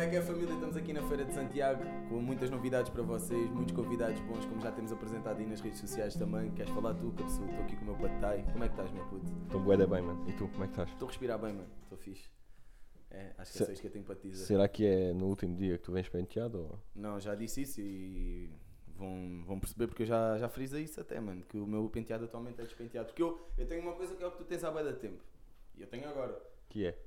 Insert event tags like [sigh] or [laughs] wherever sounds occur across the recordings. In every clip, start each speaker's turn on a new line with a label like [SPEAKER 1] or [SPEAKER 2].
[SPEAKER 1] é que é família? Estamos aqui na Feira de Santiago com muitas novidades para vocês, muitos convidados bons, como já temos apresentado aí nas redes sociais também. Queres falar tu, Capsu? Estou aqui com o meu patai. Como é que estás, meu puto?
[SPEAKER 2] Estou bué da bem, mano. E tu, como é que estás?
[SPEAKER 1] Estou a respirar bem, mano. Estou fixe. É, acho que é
[SPEAKER 2] Se-
[SPEAKER 1] só isto que eu tenho para te dizer.
[SPEAKER 2] Será que é no último dia que tu vens penteado ou...
[SPEAKER 1] Não, já disse isso e vão, vão perceber porque eu já, já frisei isso até, mano, que o meu penteado atualmente é despenteado. Porque eu, eu tenho uma coisa que é o que tu tens há bué de tempo. E eu tenho agora.
[SPEAKER 2] Que é?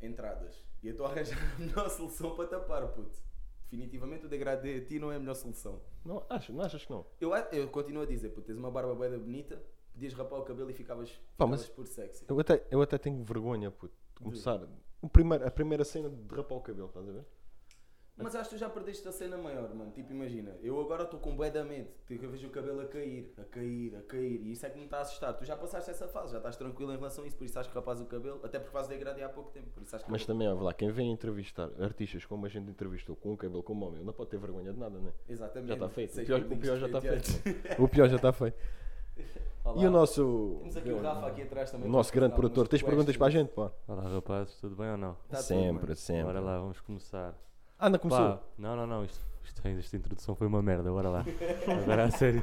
[SPEAKER 1] Entradas. E eu estou a arranjar [laughs] a melhor solução para tapar, puto. Definitivamente o degradê a ti não é a melhor solução.
[SPEAKER 2] Não, achas, não achas que não?
[SPEAKER 1] Eu, a- eu continuo a dizer, puto, tens uma barba boeda bonita, podias rapar o cabelo e ficavas,
[SPEAKER 2] Pá,
[SPEAKER 1] ficavas
[SPEAKER 2] mas-
[SPEAKER 1] por sexy.
[SPEAKER 2] Eu até, eu até tenho vergonha, puto, de começar. O primeiro, a primeira cena de derrapar o cabelo, estás a ver?
[SPEAKER 1] Mas acho que tu já perdeste a cena maior, mano. Tipo, imagina, eu agora estou com bué da medo. Tipo, eu vejo o cabelo a cair, a cair, a cair. E isso é que me está a assustar. Tu já passaste essa fase, já estás tranquilo em relação a isso, por isso estás que rapaz o cabelo. Até porque fazes degradê há pouco tempo, por isso estás que...
[SPEAKER 2] Mas tá- também, olha lá, quem vem entrevistar artistas como a gente entrevistou, com um cabelo como o meu, não pode ter vergonha de nada, né?
[SPEAKER 1] Exatamente.
[SPEAKER 2] Já está feito. O
[SPEAKER 1] Seis
[SPEAKER 2] pior, o
[SPEAKER 1] minutinhos
[SPEAKER 2] pior já está
[SPEAKER 1] despenteados.
[SPEAKER 2] feito. O pior já está feito.
[SPEAKER 1] [laughs] Olá.
[SPEAKER 2] E o nosso.
[SPEAKER 1] Tá Temos aqui o Rafa aqui atrás também. tá
[SPEAKER 2] O nosso grande
[SPEAKER 1] Alguns
[SPEAKER 2] produtor. Tens perguntas para a gente, pá?
[SPEAKER 3] Olá rapazes, tudo bem ou não?
[SPEAKER 1] Tá assim, tudo,
[SPEAKER 2] sempre,
[SPEAKER 1] mano.
[SPEAKER 2] sempre.
[SPEAKER 3] Bora lá, vamos começar.
[SPEAKER 2] Anda, começou.
[SPEAKER 3] Pá, não, não, não, isto, isto- esta introdução foi uma merda, bora
[SPEAKER 2] [laughs]
[SPEAKER 3] lá. Agora a sério.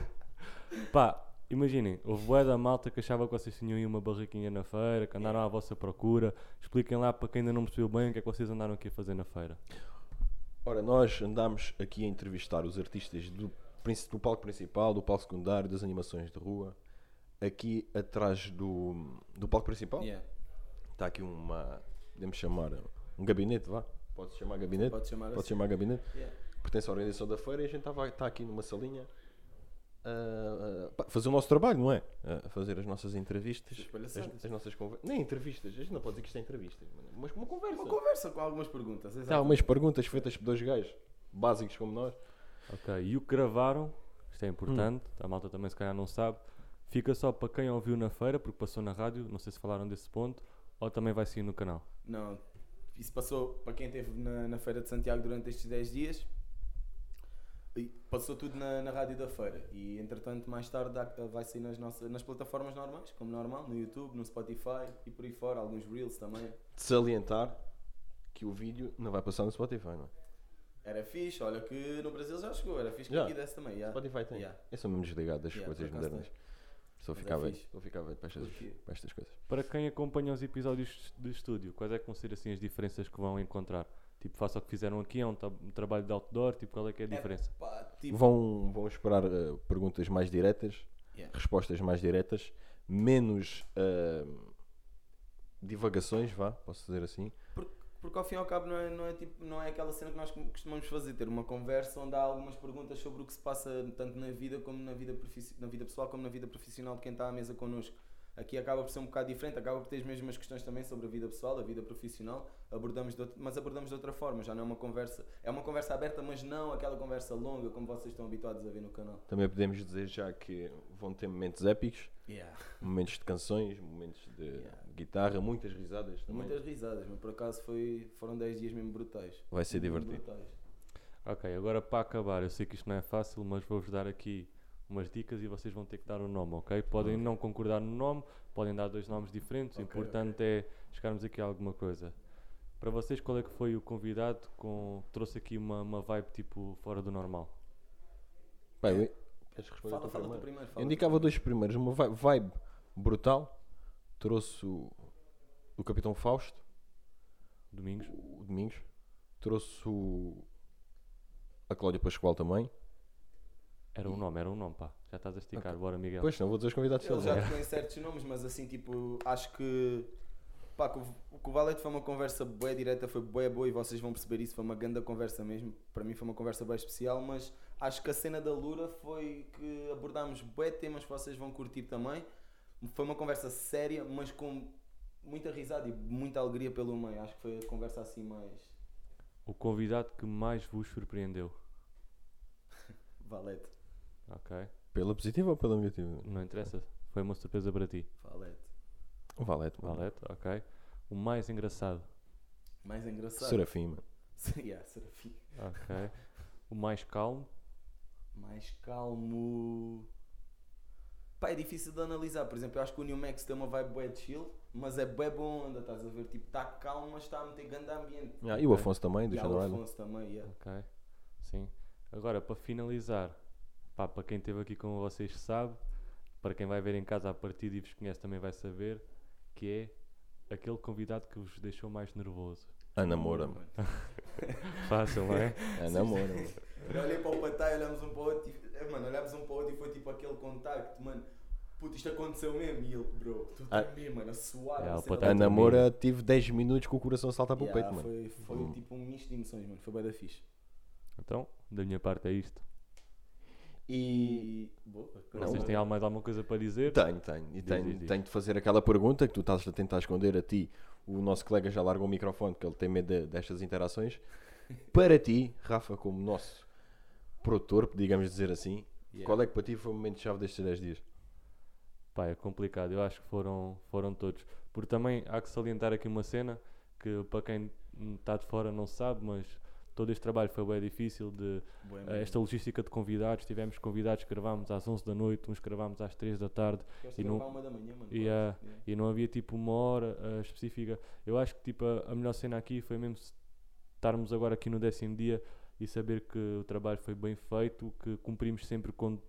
[SPEAKER 3] Pá, imaginem, houve bué da malta que achava que vocês tinham aí uma barraquinha na feira, que andaram à vossa procura. Expliquem lá para quem ainda não percebeu bem o que é que vocês andaram aqui a fazer na feira.
[SPEAKER 2] Ora, nós andámos aqui a entrevistar os artistas do, princi- do palco principal, do palco secundário, das animações de rua. Aqui atrás do, do palco principal
[SPEAKER 1] Yeah.
[SPEAKER 2] está aqui uma. Podemos chamar. Um gabinete, vá. Pode chamar gabinete?
[SPEAKER 1] Pode chamar assim.
[SPEAKER 2] chamar gabinete.
[SPEAKER 1] Yeah.
[SPEAKER 2] Pertence à organização da feira e a gente estava está aqui numa salinha a- a- pá, fazer o nosso trabalho, não é? A fazer as nossas entrevistas.
[SPEAKER 1] Essas
[SPEAKER 2] As,
[SPEAKER 1] palhaçadas.
[SPEAKER 2] as nossas conversas. Nem entrevistas, a gente não pode dizer que isto é entrevistas, mano, mas uma conversa.
[SPEAKER 1] Uma conversa com algumas perguntas.
[SPEAKER 2] Tá,
[SPEAKER 1] exato.
[SPEAKER 2] umas perguntas feitas por dois gajos básicos como nós.
[SPEAKER 3] Ok, e o que gravaram, isto é importante,
[SPEAKER 2] Hum.
[SPEAKER 3] a malta também se calhar não sabe, fica só para quem ouviu na feira, porque passou na rádio, não sei se falaram desse ponto, ou também vai sair no canal.
[SPEAKER 1] Não, isso passou para quem esteve na, na Feira de Santiago durante estes 10 dias. E passou tudo na, na rádio da feira. E entretanto, mais tarde há- vai sair nas, nossas, nas plataformas normais, como normal, no YouTube, no Spotify e por aí fora, alguns Reels também.
[SPEAKER 2] De salientar que o vídeo não vai passar no Spotify, não é?
[SPEAKER 1] Era fixe, olha que no Brasil já chegou, era fixe que
[SPEAKER 2] Já.
[SPEAKER 1] aqui desse também. já.
[SPEAKER 2] Spotify tem.
[SPEAKER 1] Ah. Yeah.
[SPEAKER 2] Eu sou mesmo desligado das
[SPEAKER 1] Yeah,
[SPEAKER 2] coisas
[SPEAKER 1] por acaso
[SPEAKER 2] modernas. Só
[SPEAKER 1] Mas é
[SPEAKER 2] ficava
[SPEAKER 1] fixe.
[SPEAKER 2] só ficava para estas,
[SPEAKER 1] Curti.
[SPEAKER 2] para estas coisas.
[SPEAKER 3] Para quem acompanha os episódios de estúdio, quais é que vão ser assim as diferenças que vão encontrar? Tipo, faça o que fizeram aqui, é um, tra- um trabalho de outdoor, tipo, qual é que é a diferença?
[SPEAKER 1] Pá, tipo,
[SPEAKER 2] Vão, vão esperar eh, perguntas mais diretas,
[SPEAKER 1] Yeah.
[SPEAKER 2] respostas mais diretas, menos eh, divagações, vá, posso dizer assim.
[SPEAKER 1] Porque, porque ao fim e ao cabo não é, não, é tipo, não é aquela cena que nós costumamos fazer, ter uma conversa onde há algumas perguntas sobre o que se passa tanto na vida como na vida, profici- na vida pessoal como na vida profissional de quem está à mesa connosco. Aqui acaba por ser um bocado diferente, acaba por ter as mesmas questões também sobre a vida pessoal, a vida profissional, abordamos de outra- mas abordamos de outra forma, já não é uma conversa, é uma conversa aberta, mas não aquela conversa longa como vocês estão habituados a ver no canal.
[SPEAKER 2] Também podemos dizer já que vão ter momentos épicos, momentos de canções, momentos de
[SPEAKER 1] Yeah.
[SPEAKER 2] guitarra, muitas risadas também.
[SPEAKER 1] Muitas risadas, mas por acaso foi, foram 10 dias mesmo brutais.
[SPEAKER 2] Vai ser
[SPEAKER 1] Mesmo
[SPEAKER 2] é divertido.
[SPEAKER 1] brutais.
[SPEAKER 3] Ok, agora para acabar, eu sei que isto não é fácil, mas vou-vos dar aqui umas dicas e vocês vão ter que dar um nome, ok? Podem não concordar no nome, podem dar dois nomes diferentes, o
[SPEAKER 1] Ok,
[SPEAKER 3] importante é chegarmos aqui a alguma coisa. Para vocês, qual é que foi o convidado com trouxe aqui uma, uma vibe tipo fora do normal?
[SPEAKER 2] Pá, eu- Queres responder
[SPEAKER 1] Fala, fala tu
[SPEAKER 2] tu primeiro?
[SPEAKER 1] primeiro.
[SPEAKER 2] Eu
[SPEAKER 1] fala tu
[SPEAKER 2] indicava dois primeiros. Uma vi- vibe brutal. Trouxe o, o Capitão Fausto,
[SPEAKER 3] Domingos?
[SPEAKER 2] o Domingos. Trouxe o, a Cláudia Pascoal também.
[SPEAKER 3] Era um nome, era um nome, pá. Já estás a esticar, bora Miguel.
[SPEAKER 2] Pois não, vou dizer os convidados
[SPEAKER 1] Ele
[SPEAKER 2] todos. É.
[SPEAKER 1] já tem certos nomes, mas assim, tipo, acho que. Pá, que o que o Valete foi uma conversa boa direta, foi boa boa e vocês vão perceber isso. Foi uma grande conversa mesmo. Para mim foi uma conversa bem especial, mas acho que a cena da Lura foi que abordámos bué temas que vocês vão curtir também. Foi uma conversa séria, mas com muita risada e muita alegria pelo meio. Acho que foi a conversa assim mais.
[SPEAKER 3] O convidado que mais vos surpreendeu?
[SPEAKER 1] Valete.
[SPEAKER 3] Ok.
[SPEAKER 2] Pela positiva ou pela negativa?
[SPEAKER 3] Não interessa. Foi uma surpresa para ti.
[SPEAKER 1] Valete.
[SPEAKER 2] O Valete, mano.
[SPEAKER 3] Valete, ok. O mais engraçado.
[SPEAKER 1] Mais engraçado.
[SPEAKER 2] Serafim, mano.
[SPEAKER 1] [laughs] yeah, Serafim.
[SPEAKER 3] Ok. O mais calmo.
[SPEAKER 1] mais calmo. Pá, é difícil de analisar. Por exemplo, eu acho que o New Max tem uma vibe bué de chill, Mas é bué boa onda, estás a ver? Tipo, está calmo, mas está a meter grande ambiente.
[SPEAKER 2] Yeah, e o Afonso também, do
[SPEAKER 1] E há
[SPEAKER 2] Shadow
[SPEAKER 1] o
[SPEAKER 2] Island.
[SPEAKER 1] Afonso também, yeah.
[SPEAKER 3] Ok, sim. Agora, para finalizar, pá, para quem esteve aqui com vocês sabe, para quem vai ver em casa a partida e vos conhece também vai saber, que é aquele convidado que vos deixou mais nervoso.
[SPEAKER 2] Ana Moura, mano.
[SPEAKER 3] Fácil, não é?
[SPEAKER 2] Ana Moura, mano.
[SPEAKER 1] Eu olhei para o Patai, olhamos um para o outro e, é, mano, olhámos um para o outro e foi tipo aquele contacto, mano. Puto, isto aconteceu mesmo. E ele, bro, tudo
[SPEAKER 2] Ah.
[SPEAKER 1] a mim, mano, a suar.
[SPEAKER 3] Yeah,
[SPEAKER 1] não
[SPEAKER 3] o
[SPEAKER 1] sei lá.
[SPEAKER 3] Patai
[SPEAKER 2] Ana
[SPEAKER 3] também.
[SPEAKER 2] Moura, tive 10 minutos com o coração a saltar para o
[SPEAKER 1] Yeah,
[SPEAKER 2] peito, mano.
[SPEAKER 1] Foi, foi
[SPEAKER 2] Hum.
[SPEAKER 1] tipo um misto de emoções, mano. Foi bué da fixe.
[SPEAKER 3] Então, da minha parte é isto.
[SPEAKER 2] E.
[SPEAKER 1] E. Boa,
[SPEAKER 2] Não,
[SPEAKER 1] é.
[SPEAKER 3] Vocês têm al- mais alguma coisa para dizer?
[SPEAKER 2] Tenho, tenho. E
[SPEAKER 3] Diz,
[SPEAKER 2] tenho,
[SPEAKER 3] diz, diz.
[SPEAKER 2] tenho de fazer aquela pergunta que tu estás a tentar esconder a ti. O nosso colega já largou o microfone porque ele tem medo de- destas interações. Para ti, Rafa, como nosso produtor, digamos dizer assim,
[SPEAKER 1] Yeah.
[SPEAKER 2] qual é que para ti foi o momento-chave destes 10 dias?
[SPEAKER 3] Pá, é complicado. Eu acho que foram, foram todos. Porque também há que salientar aqui uma cena que para quem está de fora não sabe, mas todo este trabalho foi bem difícil de
[SPEAKER 1] Bué,
[SPEAKER 3] eh,
[SPEAKER 1] mano.
[SPEAKER 3] esta logística de convidados, tivemos convidados que gravámos às 11 da noite, uns gravámos às 3 da tarde
[SPEAKER 1] Gosto de
[SPEAKER 3] e não-
[SPEAKER 1] gravar uma da manhã, mano.
[SPEAKER 3] Yeah.
[SPEAKER 1] quase. Yeah.
[SPEAKER 3] e não havia tipo uma hora eh, específica. Eu acho que tipo a, a melhor cena aqui foi mesmo se- estarmos agora aqui no décimo dia e saber que o trabalho foi bem feito, que cumprimos sempre com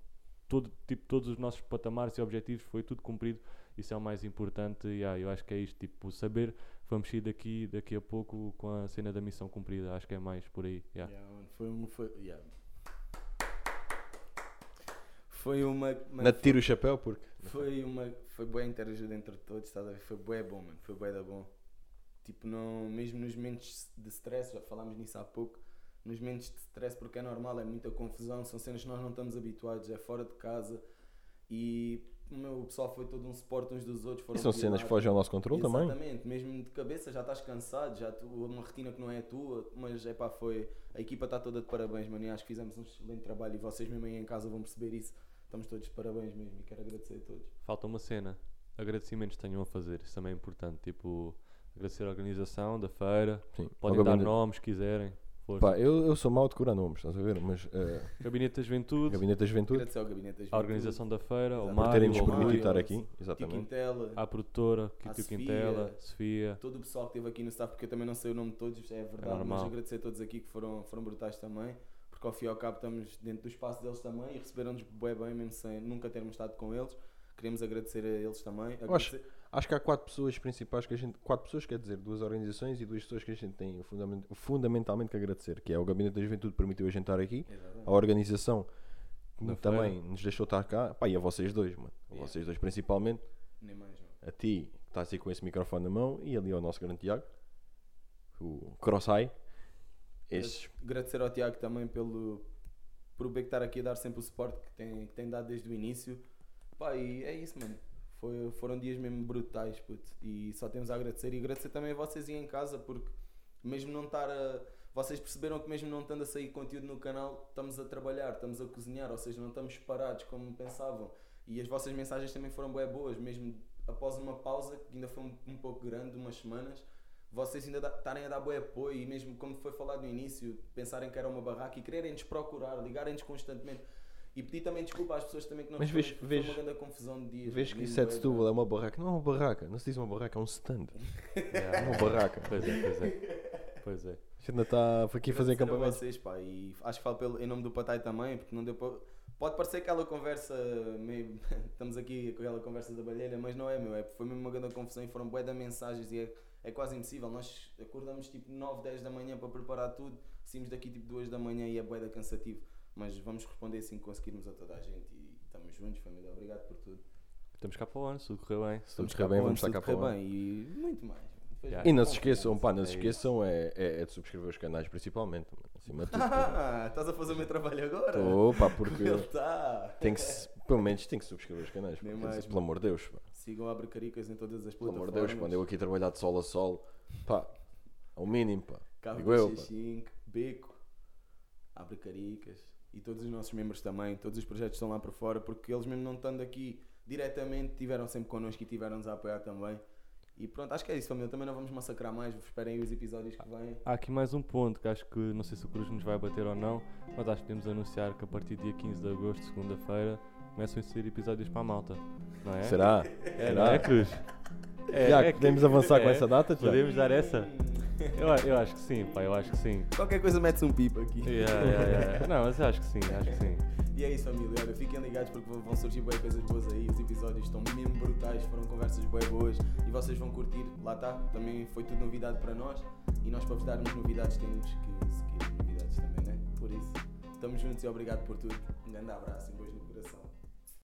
[SPEAKER 3] todo, tipo, todos os nossos patamares e objetivos, foi tudo cumprido. Isso é o mais importante e ah, eu acho que é isto, tipo, saber que vamos sair daqui daqui a pouco com a cena da missão cumprida, acho que é mais por aí. yeah.
[SPEAKER 1] Yeah, mano, foi um. Foi, yeah. foi uma. mano,
[SPEAKER 2] Não te tiro o chapéu porque.
[SPEAKER 1] Foi uma. Foi boa interajuda entre todos, estás a ver? Foi bué bom, mano. Foi bué da bom. Tipo, não, mesmo nos momentos de stress, já falámos nisso há pouco, nos momentos de stress, porque é normal, é muita confusão, são cenas que nós não estamos habituados, é fora de casa e meu, o pessoal foi todo um suporte uns dos outros.
[SPEAKER 2] E
[SPEAKER 1] foram
[SPEAKER 2] são cenas
[SPEAKER 1] cuidados.
[SPEAKER 2] que fogem né, ao nosso controle também.
[SPEAKER 1] Exatamente, mesmo de cabeça já estás cansado, já tu, uma rotina que não é a tua, mas é pá, foi. A equipa está toda de parabéns, mano, e acho que fizemos um excelente trabalho e vocês mesmo aí em casa vão perceber isso. Estamos todos de parabéns mesmo e quero agradecer a todos.
[SPEAKER 3] Falta uma cena. Agradecimentos tenham a fazer, isso também é importante. Tipo, agradecer a organização da feira.
[SPEAKER 2] Sim.
[SPEAKER 3] Podem
[SPEAKER 2] Ao
[SPEAKER 3] dar
[SPEAKER 2] gabinete-
[SPEAKER 3] nomes se quiserem. Força.
[SPEAKER 2] Pá, eu, eu sou mau de curar nomes, estás a ver? Mas eh,
[SPEAKER 3] Gabinete da Juventude,
[SPEAKER 2] Gabinete da Juventude,
[SPEAKER 1] Agradecer ao gabinete das
[SPEAKER 3] a organização da feira, o
[SPEAKER 1] Exato.
[SPEAKER 2] por
[SPEAKER 3] Mário,
[SPEAKER 2] terem-nos
[SPEAKER 3] ao
[SPEAKER 1] Mário,
[SPEAKER 2] permitido
[SPEAKER 3] Rui,
[SPEAKER 2] estar
[SPEAKER 1] ao
[SPEAKER 2] aqui.
[SPEAKER 1] Tico
[SPEAKER 2] Exatamente.
[SPEAKER 1] Quintela,
[SPEAKER 3] à produtora,
[SPEAKER 1] À
[SPEAKER 3] Kitio
[SPEAKER 1] Sofia.
[SPEAKER 3] Quintela, Sofia.
[SPEAKER 1] todo o pessoal que esteve aqui no staff, porque eu também não sei o nome de todos, é verdade, mas
[SPEAKER 3] normal.
[SPEAKER 1] agradecer a todos aqui que foram, foram brutais também, porque ao fim e ao cabo estamos dentro do espaço deles também e receberam-nos bem bem, mesmo sem nunca termos estado com eles. Queremos agradecer a eles também.
[SPEAKER 2] Eu acho-
[SPEAKER 1] Agradecer-
[SPEAKER 2] Acho que há quatro pessoas principais que a gente. Quatro pessoas, quer dizer, duas organizações e duas pessoas que a gente tem fundament- fundamentalmente que agradecer, que é o Gabinete da Juventude que permitiu a gente estar aqui,
[SPEAKER 1] Exatamente.
[SPEAKER 2] a organização que
[SPEAKER 3] Da
[SPEAKER 2] também nos deixou estar cá, pá, e a vocês dois, mano. A
[SPEAKER 1] Yeah.
[SPEAKER 2] vocês dois principalmente,
[SPEAKER 1] Nem mais, não.
[SPEAKER 2] a ti, que estás aí com esse microfone na mão, e ali ao nosso grande Tiago, o Cross Eye. Estes,
[SPEAKER 1] Agradecer ao Tiago também pelo por o Beck estar aqui a dar sempre o suporte que tem, que tem dado desde o início. Pá, e é isso, mano. Foi- foram dias mesmo brutais, puto. E só temos a agradecer. E agradecer também a vocês aí em casa, porque mesmo não estar a. Vocês perceberam que mesmo não estando a sair conteúdo no canal, estamos a trabalhar, estamos a cozinhar, ou seja, não estamos parados como pensavam. E as vossas mensagens também foram bem boas, mesmo após uma pausa, que ainda foi um, um pouco grande, umas semanas, vocês ainda da- estarem a dar bom apoio e mesmo como foi falado no início, pensarem que era uma barraca e quererem-nos procurar, ligarem-nos constantemente. E pedir também desculpa às pessoas também que não
[SPEAKER 2] Mas
[SPEAKER 1] foram-
[SPEAKER 2] vês-
[SPEAKER 1] foi
[SPEAKER 2] vês-
[SPEAKER 1] uma grande confusão de dias.
[SPEAKER 2] vês que
[SPEAKER 1] mesmo
[SPEAKER 2] isso é de
[SPEAKER 1] bué,
[SPEAKER 2] Setúbal, é uma barraca. Não é uma barraca, não se diz uma barraca, é um [laughs] stand. É
[SPEAKER 3] Yeah.
[SPEAKER 2] uma barraca.
[SPEAKER 3] Pois é, pois é. Pois é.
[SPEAKER 2] A gente ainda está aqui a
[SPEAKER 1] Agradecer
[SPEAKER 2] fazer acampamento.
[SPEAKER 1] vocês, pá, e acho que falo pelo, em nome do Patai também, porque não deu para. Pode parecer aquela conversa meio. [laughs] Estamos aqui com aquela conversa da balheira, mas não é, meu. É, foi mesmo uma grande confusão e foram bué de mensagens e é, é quase impossível. Nós acordamos tipo 9, 10 da manhã para preparar tudo, saímos daqui tipo 2 da manhã e é bué da cansativo. Mas vamos responder assim que conseguirmos a toda a gente e estamos juntos, família. Obrigado por tudo.
[SPEAKER 3] Estamos cá para o ano, se tudo correr bem.
[SPEAKER 2] Se tudo correr bem, vamos estar cá para o ano.
[SPEAKER 1] bem e muito mais. Fez
[SPEAKER 3] Yeah.
[SPEAKER 2] E não
[SPEAKER 1] muito
[SPEAKER 2] se
[SPEAKER 1] bom.
[SPEAKER 2] esqueçam, pá, não se
[SPEAKER 3] Tá, É
[SPEAKER 2] esqueçam é, é- é de subscrever os canais principalmente, mano, acima
[SPEAKER 3] [laughs]
[SPEAKER 2] de tudo.
[SPEAKER 1] [laughs] Ah, estás a fazer o meu trabalho agora?
[SPEAKER 2] Tô, pá,
[SPEAKER 1] Ele
[SPEAKER 2] porque
[SPEAKER 1] está.
[SPEAKER 2] tem que se- pelo menos tem que subscrever os canais, pá,
[SPEAKER 1] Nem
[SPEAKER 2] quer dizer,
[SPEAKER 1] mais,
[SPEAKER 2] pelo amor de Deus, pá,
[SPEAKER 1] [laughs] Sigam a Abracaricas em todas as
[SPEAKER 2] pelo amor
[SPEAKER 1] plataformas.
[SPEAKER 2] de Deus, quando eu aqui trabalhar de sol a sol, pá, ao mínimo, pá,
[SPEAKER 1] Cabo
[SPEAKER 2] digo eu,
[SPEAKER 1] do
[SPEAKER 2] pá.
[SPEAKER 1] Xixinque, Beco, Abracaricas e todos os nossos membros também, todos os projetos estão lá para fora, porque eles mesmo não estando aqui diretamente, tiveram sempre connosco e tiveram-nos a apoiar também. E pronto, acho que é isso, família. Também não vamos massacrar mais. Esperem aí os episódios que vêm.
[SPEAKER 3] Há aqui mais um ponto que acho que não sei se o Cruz nos vai bater ou não, mas acho que podemos anunciar que a partir do dia 15 de agosto, segunda-feira, começam a ser episódios para a malta. Não é?
[SPEAKER 2] Será?
[SPEAKER 3] É, não é,
[SPEAKER 2] Será?
[SPEAKER 3] Cruz? É,
[SPEAKER 2] Tiago,
[SPEAKER 3] é que-
[SPEAKER 2] podemos avançar com
[SPEAKER 3] é.
[SPEAKER 2] essa data, Tiago?
[SPEAKER 3] Podemos dar essa? Eu, a- eu acho que sim, pá, eu acho que
[SPEAKER 2] [laughs]
[SPEAKER 3] sim.
[SPEAKER 1] Hum. [laughs] Qualquer coisa metes um pipa aqui.
[SPEAKER 3] Yeah, yeah, yeah. Não, mas eu acho que sim, acho que sim.
[SPEAKER 1] E é isso, família. Olha, fiquem ligados porque vão surgir boas coisas boas aí. Os episódios estão mesmo brutais, foram conversas bem boas e vocês vão curtir. Lá está, também foi tudo novidade para nós. E nós, para vos darmos novidades, temos que seguir novidades também, né? Por isso, estamos juntos e obrigado por tudo. Um grande abraço e um beijo no coração.